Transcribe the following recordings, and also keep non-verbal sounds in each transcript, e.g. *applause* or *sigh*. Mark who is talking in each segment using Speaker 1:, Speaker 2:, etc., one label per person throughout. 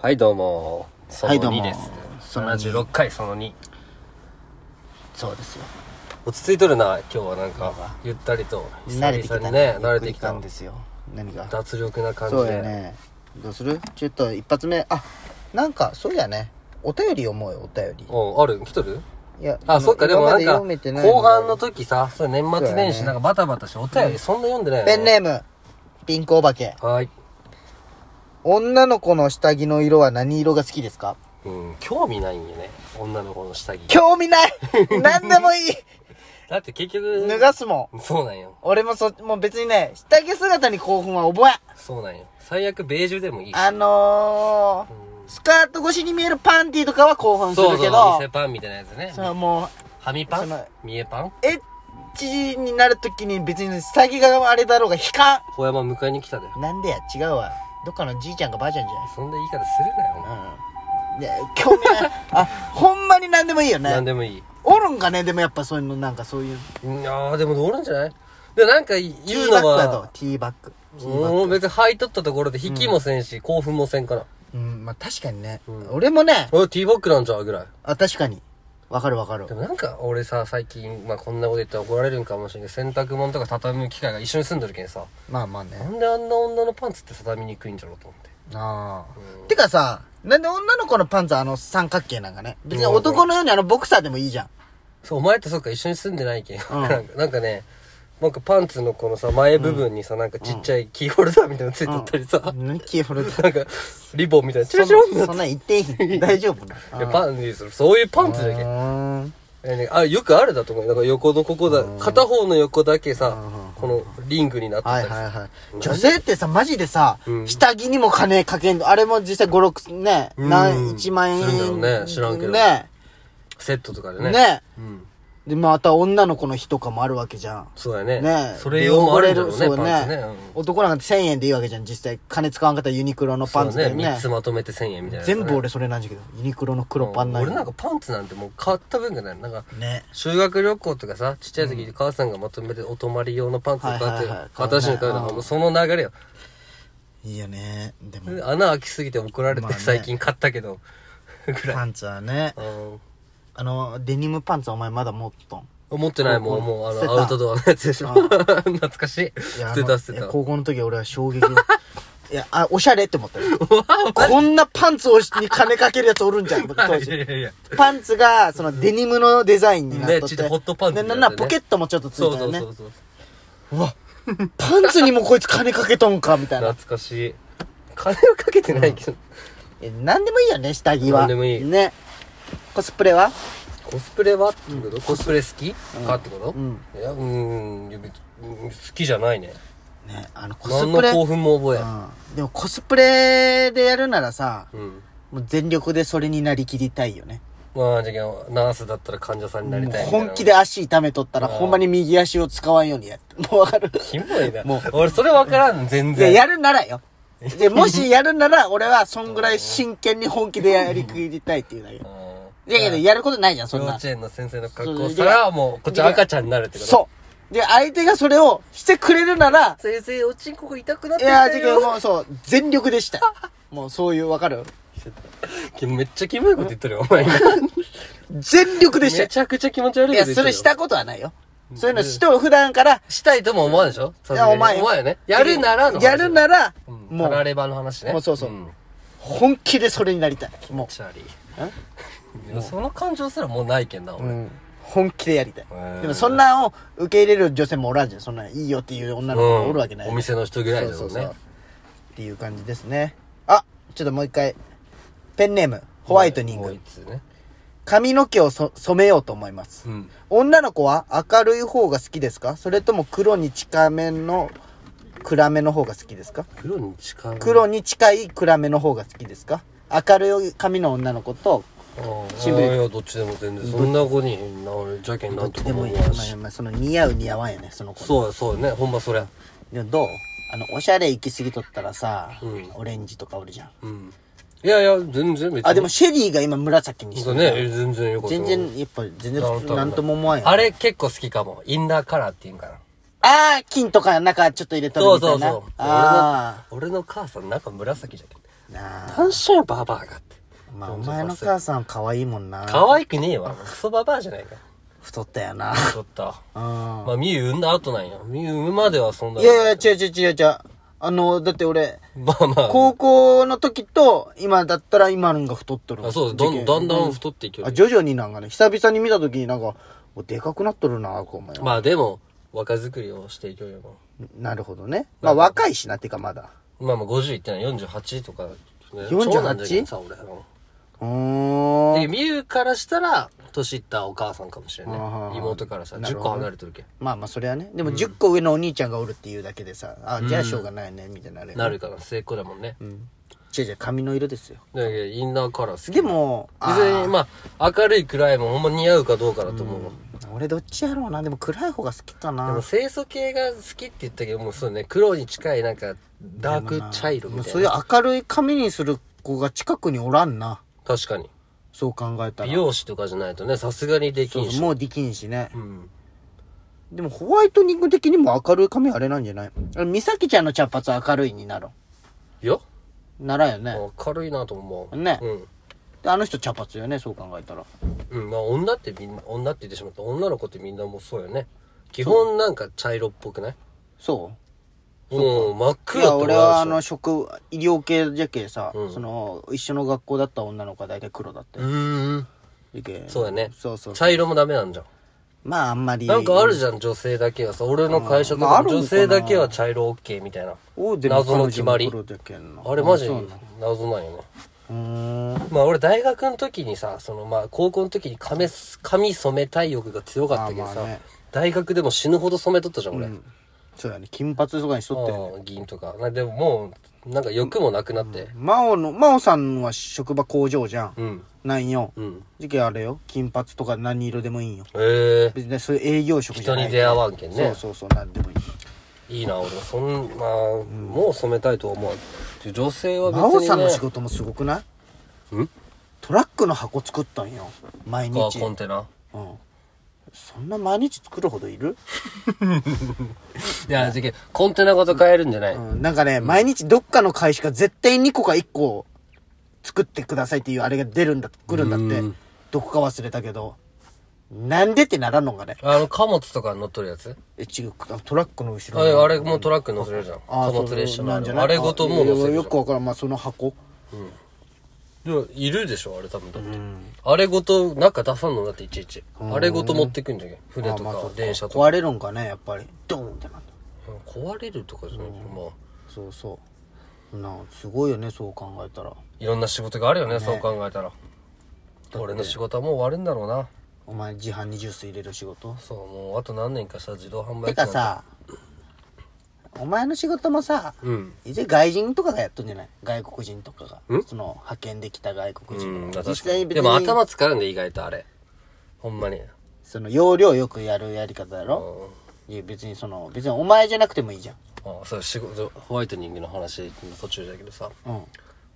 Speaker 1: はい、どうも。その
Speaker 2: はいどう
Speaker 1: 2
Speaker 2: も
Speaker 1: です。
Speaker 2: その二
Speaker 1: 76回その2。
Speaker 2: そうですよ
Speaker 1: 落ち着いとるな、今日はなんか、ゆったりと。
Speaker 2: 慣れてきた
Speaker 1: 久々にね、慣れ
Speaker 2: ゆ
Speaker 1: て
Speaker 2: っくり
Speaker 1: きた。
Speaker 2: んですよ何が
Speaker 1: 脱力な感じで。
Speaker 2: そうやねどうするちょっと一発目あなんかそうやねお便り読もうよお便り
Speaker 1: おうある来とる
Speaker 2: いや
Speaker 1: あ、そっか、でもなんか、
Speaker 2: 今ま読めてない
Speaker 1: 後半の時さ、そう年末年
Speaker 2: そうや
Speaker 1: 始
Speaker 2: ね
Speaker 1: なんかバタバタして、お便りそんな読んでないよね
Speaker 2: ペンネームピンクお化け
Speaker 1: はい。
Speaker 2: 女の子の下着の色は何色が好きですか
Speaker 1: うん、興味ないんよね。女の子の下着。
Speaker 2: 興
Speaker 1: *laughs*
Speaker 2: 味ない何でもいい
Speaker 1: だって結
Speaker 2: 脱
Speaker 1: 局、
Speaker 2: がすもん
Speaker 1: そうなんよ。
Speaker 2: 俺もそもう別にね下着姿に興奮は覚えん
Speaker 1: そうなんよ。最悪ベージュでもいいし。
Speaker 2: あのー、スカート越しに見えるパンティーとかは興奮す
Speaker 1: そう
Speaker 2: る
Speaker 1: そ
Speaker 2: け
Speaker 1: う、
Speaker 2: ど
Speaker 1: 店パンみたいなやつね
Speaker 2: そ。れはもう
Speaker 1: はみパ
Speaker 2: そ
Speaker 1: ン
Speaker 2: の
Speaker 1: 見えパン
Speaker 2: エッチになるときに別に下着があれだろうが悲観
Speaker 1: 小山迎えに来たで。
Speaker 2: なんでや違うわどっかのじいちゃんかばあちゃんじゃ
Speaker 1: そんな言い方するなよ、お前
Speaker 2: ないうんいや興
Speaker 1: *laughs*
Speaker 2: 味ないあほんまに何でもいいよ
Speaker 1: なん
Speaker 2: ね
Speaker 1: でもいい。
Speaker 2: おるんかねでもやっぱそういうのなんかそういう
Speaker 1: いやー、でもどうなんじゃないで、なんか言
Speaker 2: テ
Speaker 1: う
Speaker 2: ィーバッ
Speaker 1: の
Speaker 2: グはどう
Speaker 1: は、
Speaker 2: ティーバッグティーバッ
Speaker 1: もう別に履いとったところで引きもせんし、興奮もせんから。
Speaker 2: グうんまあ確かにね、
Speaker 1: ん
Speaker 2: 俺もね
Speaker 1: 俺ティーバックなんちゃうぐらい。
Speaker 2: あ確かにわかるわかる
Speaker 1: でもなんか俺さ、最近、まあこんなこと言ったら怒られるんかもしれんけど、洗濯物とか畳む機会が一緒に住んでるけんさ、
Speaker 2: まあまあ
Speaker 1: な
Speaker 2: ね
Speaker 1: んであんな女のパンツって畳みにくいんじゃろうと思って。
Speaker 2: ああてかさなんで女の子のパンツはあの三角形なんかね別に男のようにあのボクサーでもいいじゃん
Speaker 1: そう、お前とそっか一緒に住んでないけん。
Speaker 2: ん
Speaker 1: なんかなんかね、なんかパンツのこのさ、前部分にさ、なんかちっちゃいキーホルダーみたいなのついとったりさ、
Speaker 2: 何キーホルダー
Speaker 1: なんか、リボンみたいな、チラチラってなっ
Speaker 2: そんなん言ってい
Speaker 1: *laughs*
Speaker 2: い大丈夫な
Speaker 1: ていやパンツする。そういうパンツじゃけん。
Speaker 2: あ
Speaker 1: えねあ、よくあるだと思うよ。なんか横のここだ、片方の横だけさ、このリングになってた
Speaker 2: は
Speaker 1: り
Speaker 2: い
Speaker 1: さ
Speaker 2: はいはい女性ってさマジでさ、
Speaker 1: うん
Speaker 2: 下着にも金かけんあれも実際56ね、
Speaker 1: うん
Speaker 2: 何1万
Speaker 1: するん
Speaker 2: 円
Speaker 1: だろうね知らんけど
Speaker 2: ね
Speaker 1: セットとかでね。
Speaker 2: ね
Speaker 1: うん。
Speaker 2: でまた女の子の日とかもあるわけじゃん
Speaker 1: そうやね。
Speaker 2: ね
Speaker 1: それ用もあるんだろうね、
Speaker 2: で汚れるそう
Speaker 1: パン
Speaker 2: ね
Speaker 1: ツね。うん
Speaker 2: 男なんか1000円でいいわけじゃん実際金使わんかったらユニクロのパンツ
Speaker 1: そう
Speaker 2: で
Speaker 1: ね、
Speaker 2: ね
Speaker 1: 3つまとめて1000円みたいなやつね、
Speaker 2: 全部俺それなんじゃけどユニクロの黒パンなん
Speaker 1: 俺なん
Speaker 2: よ
Speaker 1: かパンツなんてもう買った分がない。なんか、
Speaker 2: ね
Speaker 1: 修学旅行とかさ、ちっちゃい時に母さんがまとめてお泊まり用のパンツを買って、
Speaker 2: はいはいはい
Speaker 1: 私に買うの
Speaker 2: うん
Speaker 1: もうその流れよ。
Speaker 2: いいよねでも
Speaker 1: で穴開きすぎて怒られ
Speaker 2: ま
Speaker 1: て
Speaker 2: あね
Speaker 1: 最近買ったけど、ぐらい。
Speaker 2: パンツはね
Speaker 1: うん
Speaker 2: あのデニムパンツはお前まだ持っとん
Speaker 1: 思ってないもん、
Speaker 2: こう
Speaker 1: もう、あ
Speaker 2: 捨て
Speaker 1: の、
Speaker 2: た
Speaker 1: アウトドアのやつでしょ。 *laughs* 懐かしい。
Speaker 2: いや
Speaker 1: 捨
Speaker 2: あ
Speaker 1: て
Speaker 2: の
Speaker 1: た、捨
Speaker 2: い
Speaker 1: て
Speaker 2: や
Speaker 1: た。
Speaker 2: 高校の *laughs* 時俺は衝撃をいやあおしゃれって思っ
Speaker 1: *laughs*
Speaker 2: たよこんなパンツをしに金かけるやつおるんじ
Speaker 1: *laughs*
Speaker 2: ゃん僕当
Speaker 1: いや
Speaker 2: 時
Speaker 1: いやいや。
Speaker 2: パンツがそのデニムのデザインになっと
Speaker 1: ね
Speaker 2: っ
Speaker 1: ちょ
Speaker 2: て、
Speaker 1: っとホットパンツ
Speaker 2: で
Speaker 1: みた
Speaker 2: ないん
Speaker 1: な
Speaker 2: な
Speaker 1: ね
Speaker 2: らポケットもちょっとつい
Speaker 1: そう
Speaker 2: た
Speaker 1: そ
Speaker 2: よ
Speaker 1: う
Speaker 2: ね
Speaker 1: そうそう。
Speaker 2: うわパンツにもこいつ金かけとんかみ
Speaker 1: *laughs*
Speaker 2: たいな
Speaker 1: 懐かしい。金はかけてないけど。
Speaker 2: え何でもいいよね下着は
Speaker 1: 何でもいい
Speaker 2: ねコスプレは
Speaker 1: コスプレはってことコスプレ好きかってこと
Speaker 2: うん
Speaker 1: いや、うーんいや、別うん好きじゃないね。
Speaker 2: ねあのコス
Speaker 1: 何
Speaker 2: プ
Speaker 1: の
Speaker 2: レ
Speaker 1: 興奮も覚
Speaker 2: うんでもコスプレでやるならさ
Speaker 1: えん。うん。
Speaker 2: もう全力でそれになりきりたいよね
Speaker 1: まあ、じゃあ、ナースだったら患者さんになり
Speaker 2: もう
Speaker 1: たいみたいな。
Speaker 2: 本気で。足痛めとったら、ほんまに右足を使わんようにやって。もうわかる。
Speaker 1: キモいな。
Speaker 2: もう
Speaker 1: 俺、それ分からん、全
Speaker 2: で、
Speaker 1: 然。
Speaker 2: やるならよ。で、もしやるなら、俺はそんぐらい真剣に本気でやりくりたいっていうだけ
Speaker 1: う。ん
Speaker 2: いやいや、やることないじゃん、そん
Speaker 1: 幼
Speaker 2: な
Speaker 1: 稚。園の先生の格好したら、もう、こっち赤ちゃんになるってこと
Speaker 2: そう。で、相手がそれをしてくれる
Speaker 1: *laughs*
Speaker 2: なら、
Speaker 1: 先生、おちんこが痛くなっ
Speaker 2: い
Speaker 1: てきた
Speaker 2: やー、じゃけ
Speaker 1: よ。
Speaker 2: どもうそう、全力でしたい。もうそういう、わかる
Speaker 1: めっちゃキモいこと言ってるよ、お前が。
Speaker 2: 全力で
Speaker 1: め
Speaker 2: したい
Speaker 1: ちゃくちゃ気持ち悪いこ
Speaker 2: い
Speaker 1: と言
Speaker 2: や、
Speaker 1: ってるよ。
Speaker 2: それしたことはないよ。そういうのしと、普段から、
Speaker 1: したいとも思わんでしょさす
Speaker 2: い
Speaker 1: が
Speaker 2: や、
Speaker 1: に
Speaker 2: お前。
Speaker 1: お前よね。やるならの話
Speaker 2: やるなら、
Speaker 1: うん
Speaker 2: も
Speaker 1: タラ
Speaker 2: う、
Speaker 1: レバの話ね。
Speaker 2: もうそうそうん本気でそれになりたい。もう。
Speaker 1: チャーリー。 *laughs* いやその感情すらもうないけんな、俺。
Speaker 2: うん本気でやりたい
Speaker 1: ー。
Speaker 2: でもそんなんを受け入れる女性もおらんじゃん。そんなんいいよっていう女の子
Speaker 1: う
Speaker 2: も
Speaker 1: ん
Speaker 2: おるわけない。
Speaker 1: お店の人ぐらいだ
Speaker 2: そ
Speaker 1: も
Speaker 2: うんそうそう
Speaker 1: ね
Speaker 2: っ。ていう感じですね。あ、ちょっともう一回。ペンネーム、ホワイトニン
Speaker 1: こい
Speaker 2: グ。
Speaker 1: つね。
Speaker 2: 髪の毛をそ染めようと思います
Speaker 1: う。ん。
Speaker 2: 女の子は明るい方が好きですかそれとも黒に近めの暗めの方が好きですか
Speaker 1: 黒に近い。
Speaker 2: 黒に近い暗めの方が好きですか明るい髪の女の子と、
Speaker 1: あー。
Speaker 2: 渋い
Speaker 1: いや、どっちでも全然。そんな子に、な俺、じゃけんな
Speaker 2: どっ
Speaker 1: んと
Speaker 2: ち
Speaker 1: か
Speaker 2: で
Speaker 1: も
Speaker 2: もいい。
Speaker 1: 思
Speaker 2: まあ
Speaker 1: わんし。
Speaker 2: まあその似合う似合わんやね、その子の
Speaker 1: そうや、そうやね。ほんまそりゃ。
Speaker 2: でもどうあのおしゃれ行き過ぎとったらさ、
Speaker 1: うん
Speaker 2: オレンジとかおるじゃん
Speaker 1: うん。いやいや、全然別に。
Speaker 2: あでもシェリーが今紫にして
Speaker 1: そう
Speaker 2: る
Speaker 1: ね、え全然よかった。
Speaker 2: 全然やっぱ全然
Speaker 1: なんと
Speaker 2: 普通
Speaker 1: も
Speaker 2: なんとも思わんよ
Speaker 1: あれ結構好きかも。インナーカラーっていうんかな。
Speaker 2: ああ金とかなんかちょっと入れと
Speaker 1: そ
Speaker 2: る
Speaker 1: う
Speaker 2: みた
Speaker 1: そ
Speaker 2: いうな
Speaker 1: そう。
Speaker 2: あ
Speaker 1: 俺の、俺の母さん中紫じゃけん。
Speaker 2: なあ
Speaker 1: なんしゃよババアがって。
Speaker 2: まあ
Speaker 1: 40%
Speaker 2: お前の母さん可愛いもんな
Speaker 1: 可愛くねえわ。クソババアじゃないか。
Speaker 2: 太った
Speaker 1: *laughs*
Speaker 2: よな
Speaker 1: ちょっと。
Speaker 2: う
Speaker 1: まあ、ミユ産んだ後なんや。ミユ産むまではそんな。
Speaker 2: んいやいや違う違う違う違うあのだって俺
Speaker 1: まあまあ。
Speaker 2: 高校の時と今だったら今のが太っとる
Speaker 1: あそうだんだんだん太っていけ
Speaker 2: あ
Speaker 1: る。
Speaker 2: 徐々になんかね久々に見た時になんかおでかくなっとるなお前、
Speaker 1: まあでも、若作りをしていけるよも
Speaker 2: なるほどねまあ若いしなってかまだ
Speaker 1: う。まあまあ50いってない。48とか、ね。
Speaker 2: 48
Speaker 1: 長男じゃけんさ、俺。
Speaker 2: うーん
Speaker 1: で、ミユからしたら、年いったお母さんかもしれ
Speaker 2: あー
Speaker 1: な。
Speaker 2: はいい
Speaker 1: 妹からしたら
Speaker 2: な
Speaker 1: 10
Speaker 2: る
Speaker 1: 個
Speaker 2: ほど
Speaker 1: 離れてるけん。
Speaker 2: まあまあそれはねでも10個上のお兄ちゃんがおるっていうだけでさ、あじゃあしょうがないねみたいになるよね
Speaker 1: なるから、末っ子だもんね。
Speaker 2: 違う違う髪の色ですよ
Speaker 1: だけど、インナーカラー好き。
Speaker 2: でも
Speaker 1: 別に、まあ、明るい暗いもほんま似合うかどうかだと思うわ。
Speaker 2: 俺どっちやろうなでも暗い方が好きか
Speaker 1: で
Speaker 2: な
Speaker 1: も清楚系が好きって言ったけどもうそうね黒に近いなんかダーク茶色み
Speaker 2: もう
Speaker 1: た
Speaker 2: そ
Speaker 1: いう
Speaker 2: いう
Speaker 1: な
Speaker 2: 明るい髪にする子が近くにおらんな
Speaker 1: 確かに
Speaker 2: そう考えたら
Speaker 1: 美容師とかじゃないとねさすがにでき
Speaker 2: そ
Speaker 1: ん
Speaker 2: うそう
Speaker 1: し
Speaker 2: もうできんしね、
Speaker 1: うん
Speaker 2: でもホワイトニング的にも明るい髪あれなんじゃないあれ美咲ちゃんの茶髪明るいになろ
Speaker 1: いや
Speaker 2: うならんよね
Speaker 1: 明るいなと思う
Speaker 2: ね
Speaker 1: うん
Speaker 2: であの人茶髪よねそう考えたら
Speaker 1: うんまあ女ってみんな女って言ってしまった女の子ってみんなもうそうよね基本なんか茶色っぽくない
Speaker 2: そう
Speaker 1: もう真っ
Speaker 2: い
Speaker 1: 黒
Speaker 2: や
Speaker 1: って
Speaker 2: 俺
Speaker 1: 思う
Speaker 2: はあ
Speaker 1: で
Speaker 2: の職医療系じゃけさ、
Speaker 1: うん
Speaker 2: その一緒の学校だった女の子は大体黒だった
Speaker 1: しょう
Speaker 2: よ、
Speaker 1: ーん
Speaker 2: じゃけ
Speaker 1: そうだね
Speaker 2: そうそう
Speaker 1: 茶色もダメなんじゃん
Speaker 2: まああんまり
Speaker 1: なんかあるじゃん女性だけはさ俺の会社と
Speaker 2: うんまあ
Speaker 1: か
Speaker 2: ある
Speaker 1: も
Speaker 2: んかな
Speaker 1: 女性だけは茶色 OK みたいな
Speaker 2: おうでも
Speaker 1: 謎の決まり
Speaker 2: 彼女も黒じゃけんな
Speaker 1: あれマジ
Speaker 2: そうなん
Speaker 1: 謎なんよね
Speaker 2: うーん
Speaker 1: まあ俺大学の時にさそのまあ高校の時に髪す髪染めたい欲が強かったけど
Speaker 2: あ
Speaker 1: さ、
Speaker 2: まあね
Speaker 1: 大学でも死ぬほど染めとったじゃん俺、
Speaker 2: そうやね金髪とかにしとったよね
Speaker 1: ああ銀とかなでももうなんか欲もなくなって
Speaker 2: 真央の真央さんは職場工場じゃん、
Speaker 1: うん
Speaker 2: なんよ
Speaker 1: うん
Speaker 2: じゃけあれよ金髪とか何色でもいいんよ
Speaker 1: へえ
Speaker 2: 別にそういう営業職じゃ
Speaker 1: 人
Speaker 2: ない
Speaker 1: に出会わんけんね
Speaker 2: そうそうそう何でもいい
Speaker 1: いいな俺そんまあ、もう染めたいとは思う女性は別
Speaker 2: 真央
Speaker 1: に、ね、
Speaker 2: さんの仕事もすごくない
Speaker 1: ん
Speaker 2: トラックの箱作ったんよ毎
Speaker 1: ああ
Speaker 2: 日
Speaker 1: コンテナ
Speaker 2: うんそんな毎日作るほどいる、
Speaker 1: いやじゃけコンテナごと買えるんじゃない、
Speaker 2: うん、なんかね、毎日どっかの会社が絶対2個か1個作ってくださいっていうあれが出るんだ来るんだって
Speaker 1: うん
Speaker 2: どこか忘れたけどなんでってならんのかね
Speaker 1: あの貨物とかに乗っとるやつ、
Speaker 2: え違うトラックの後
Speaker 1: あ
Speaker 2: ろに
Speaker 1: あれもうトラックに乗せれるじゃん貨物列車のあれあれごともう乗せ
Speaker 2: よ
Speaker 1: るじゃ
Speaker 2: よ
Speaker 1: ん
Speaker 2: くわからんまあその箱
Speaker 1: いや、いるでしょ、あれ多分だって。あれごと、中出さんのだっていちいち。あれごと持ってくんじゃけん。船と
Speaker 2: あまあそ
Speaker 1: か
Speaker 2: っか
Speaker 1: 電車とか。
Speaker 2: 壊れるんかねやっぱりドーンってなった
Speaker 1: 壊れるとかじゃないけど、まあ、
Speaker 2: そうそうなあすごいよねそう考えたら
Speaker 1: いろんな仕事があるよね、そう考えたら。俺の仕事はもう終わるんだろうな。
Speaker 2: お前自販にジュース入れる仕事
Speaker 1: そう、もうあと何年かしたら自動販売
Speaker 2: て
Speaker 1: 機なん
Speaker 2: か
Speaker 1: て。
Speaker 2: さお前の仕事もさ、
Speaker 1: うん。
Speaker 2: いずれ外人とかがやっとんじゃない外国人とかが
Speaker 1: ん
Speaker 2: その派遣できた外国
Speaker 1: う
Speaker 2: 人、
Speaker 1: ん、
Speaker 2: 実
Speaker 1: 確か
Speaker 2: 際
Speaker 1: に。
Speaker 2: 別に
Speaker 1: でも頭使うんで、意外とあれ。ほんまに。
Speaker 2: その要領よくやるやり方だろ、いや別にその別にお前じゃなくてもいいじゃん
Speaker 1: あそう、仕事、ホワイトニングの話の途中だけどさ、
Speaker 2: うん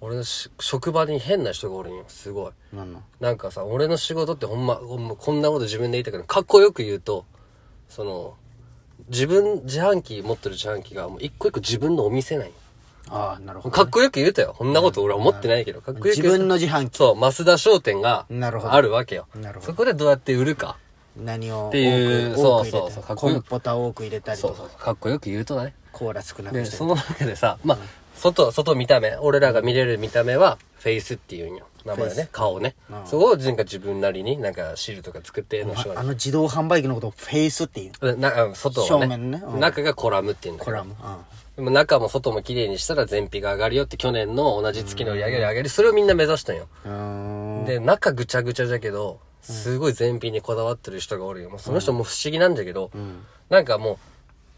Speaker 1: 俺のし職場に変な人がおるんよ、すごい。
Speaker 2: なんなん
Speaker 1: なんかさ、俺の仕事ってほんま、ほんまこんなこと自分で言いたけど、かっこよく言うと、その、自分、自販機持ってる自販機が、もう一個一個自分のお店ない。
Speaker 2: ああなるほど
Speaker 1: かっこよく言うたよ。こんなこと俺は思ってないけど、かっこよく
Speaker 2: 自
Speaker 1: 言う
Speaker 2: 分の自販機
Speaker 1: そう、増田商店が、
Speaker 2: なるほど
Speaker 1: あるわけよ
Speaker 2: なる。ほど
Speaker 1: そこでどうやって売るか。
Speaker 2: 何を多
Speaker 1: っ
Speaker 2: く
Speaker 1: ていう
Speaker 2: 多く入れ
Speaker 1: そう
Speaker 2: て
Speaker 1: そうそう
Speaker 2: コンポタ多く入れたり
Speaker 1: そ
Speaker 2: と
Speaker 1: う
Speaker 2: か
Speaker 1: そう、かっこよく言うとね。
Speaker 2: コーラ少なく
Speaker 1: で、
Speaker 2: して
Speaker 1: その中でさ、まあ、外、外見た目、俺らが見れる見た目は、フェイスっていうんよ。名前
Speaker 2: フェイ
Speaker 1: ね、顔ね。そこをなんか自分なりになんか汁とか作っての人が
Speaker 2: あの自動販売機のことをフェイスっていう
Speaker 1: なうん外はね
Speaker 2: 正面ねうん
Speaker 1: 中がコラムっていうんだけ
Speaker 2: コ
Speaker 1: ど
Speaker 2: ラム、う
Speaker 1: でも中も外も綺麗にしたら全費が上がるよって去年の同じ月の売り上げで上げるそれをみんな目指したんよ、
Speaker 2: ん、うーん
Speaker 1: で中ぐちゃぐちゃじゃけどすごい全費にこだわってる人がおるよもうその人も不思議なんだけど、なんかもう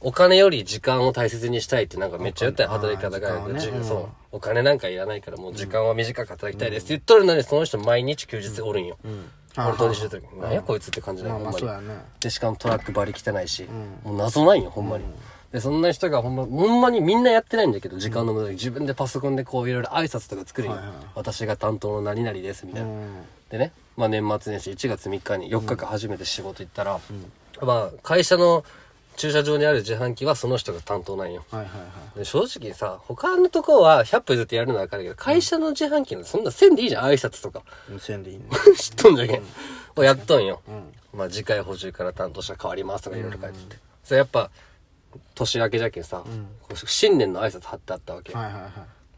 Speaker 1: お金より時間を大切にしたいってなんかめっちゃ言ったよ
Speaker 2: お金
Speaker 1: 働き方
Speaker 2: あー時間を
Speaker 1: が、
Speaker 2: ね
Speaker 1: じ
Speaker 2: うん
Speaker 1: そうお金なんかいらないからもう時間は短く働きたいですって言っとるのにその人毎日休日おるんよ、本当にしてる時なんやこいつって感じだよ
Speaker 2: まあ
Speaker 1: ほん
Speaker 2: まあ
Speaker 1: まに
Speaker 2: そうやね
Speaker 1: でしかもトラックバリ汚いし、もう謎ないよほんまに、でそんな人がほんまほんまにみんなやってないんだけど時間の無駄に自分でパソコンでこういろいろ挨拶とか作るんよ、私が担当の何々ですみたいな、でね、まあ、年末年始1月3日に4日間初めて仕事行ったら、まあ会社の駐車場にある自販機はその人が担当なんよ。
Speaker 2: はいはいはい
Speaker 1: で正直さ、他のとこは100歩譲ってやるのはわかるけど、会社の自販機のそんな線でいいじゃん、挨拶とか。
Speaker 2: 無線でいいね
Speaker 1: 知っとんじゃけん。をやっとんよ。まあ次回補充から担当者変わりますとかいろいろ書いてて。それやっぱ、年明けじゃけんさ、こう新年の挨拶貼ってあったわけ。
Speaker 2: はいはいはい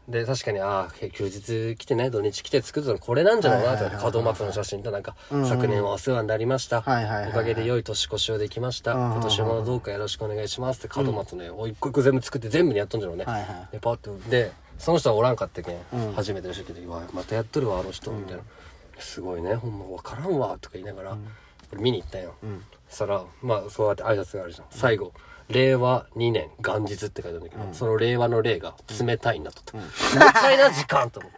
Speaker 1: で確かにああ休日来てね土日来て作ったのこれなんじゃないかなと思って門松の写真となんか、昨年はお世話になりました、
Speaker 2: はいはいはいはい
Speaker 1: おかげで良い年越しをできました、
Speaker 2: んうんうん
Speaker 1: 今年もどうかよろしくお願いしますって門松の絵を一個一個全部作って全部にやっとんじゃろうね、
Speaker 2: はいはい
Speaker 1: でパッとでその人はおらんかったけん、初めての人来てうわまたやっとるわあの人」みたいな「すごいねほんま分からんわ」とか言いながら、これ見に行ったんよ、そしたらまあそうやって挨拶があるじゃん最後「令和2年元日」って書いてあるんだけど、その令和の令が「冷たい」になっとった、冷たいな時間と思っ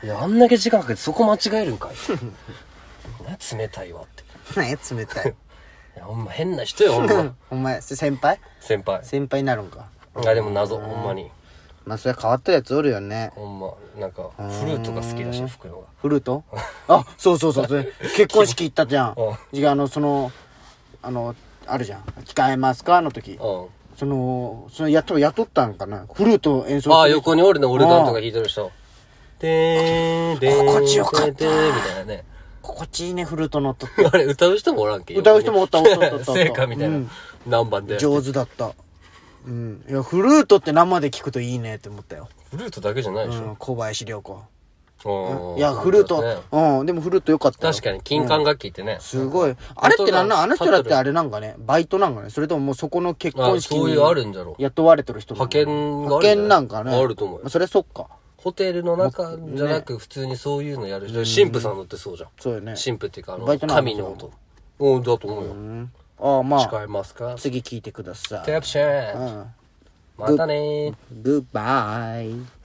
Speaker 1: ていやあんだけ時間かけてそこ間違えるんかい
Speaker 2: *laughs*
Speaker 1: って、ね、冷たいわって
Speaker 2: 何や冷たい *laughs*
Speaker 1: いやほんま変な人よほんま
Speaker 2: お前せ先輩
Speaker 1: 先輩
Speaker 2: 先輩になるんか
Speaker 1: いやでも謎ほんまに
Speaker 2: まあそれは変わったやつおるよね
Speaker 1: ほんまなんかフルートが好きだし吹くのが。
Speaker 2: フルートあそうそうそうそれ結婚式行ったじゃん
Speaker 1: う
Speaker 2: 違うあのそのあのあるじゃん「控えますか?」の時
Speaker 1: うん
Speaker 2: そのそのやっと雇ったんかなフルート演奏する
Speaker 1: ああ、横におるね、オルガンとか弾いてる人。でーん、でーん、
Speaker 2: 心地よかった
Speaker 1: でーんみたいなね。 *laughs*
Speaker 2: 心地いいねフルートの音
Speaker 1: あれ、歌う人もおらんけ
Speaker 2: *laughs* 歌う人もおったおったおったおった
Speaker 1: *laughs* 成果みたいな。
Speaker 2: うん
Speaker 1: 何番で。
Speaker 2: 上手だったうんいやフルートって生で聞くといいねって思ったよ、
Speaker 1: フルートだけじゃないで
Speaker 2: う
Speaker 1: しょ
Speaker 2: ん、小林涼子。
Speaker 1: うん
Speaker 2: いやフルート、
Speaker 1: ね
Speaker 2: うんでもフルートよかったよ
Speaker 1: 確かに、金管楽器ってね。
Speaker 2: すごいあれってなんなんあの人ら
Speaker 1: 立
Speaker 2: っ
Speaker 1: って
Speaker 2: て
Speaker 1: る
Speaker 2: あれなんかねバイトなんかねそれとももうそこの結婚式
Speaker 1: あそう
Speaker 2: に
Speaker 1: いうあるんじゃろ
Speaker 2: 雇われてる人なの
Speaker 1: 派遣があるん
Speaker 2: 派
Speaker 1: じゃない
Speaker 2: 遣なんかね
Speaker 1: あると思うよ
Speaker 2: それそっか
Speaker 1: ホテルの中じゃなく、普通にそういうのやる人。神父さんだってそうじゃん。
Speaker 2: そうよね
Speaker 1: 神父っていうか、あ
Speaker 2: バ
Speaker 1: の、
Speaker 2: イトなん
Speaker 1: 神
Speaker 2: でしょ
Speaker 1: の音。うん、だと思うよ。
Speaker 2: ああまあ
Speaker 1: 誓いますか
Speaker 2: 次聞いてください
Speaker 1: テープシェーン。またねー。
Speaker 2: グッバイ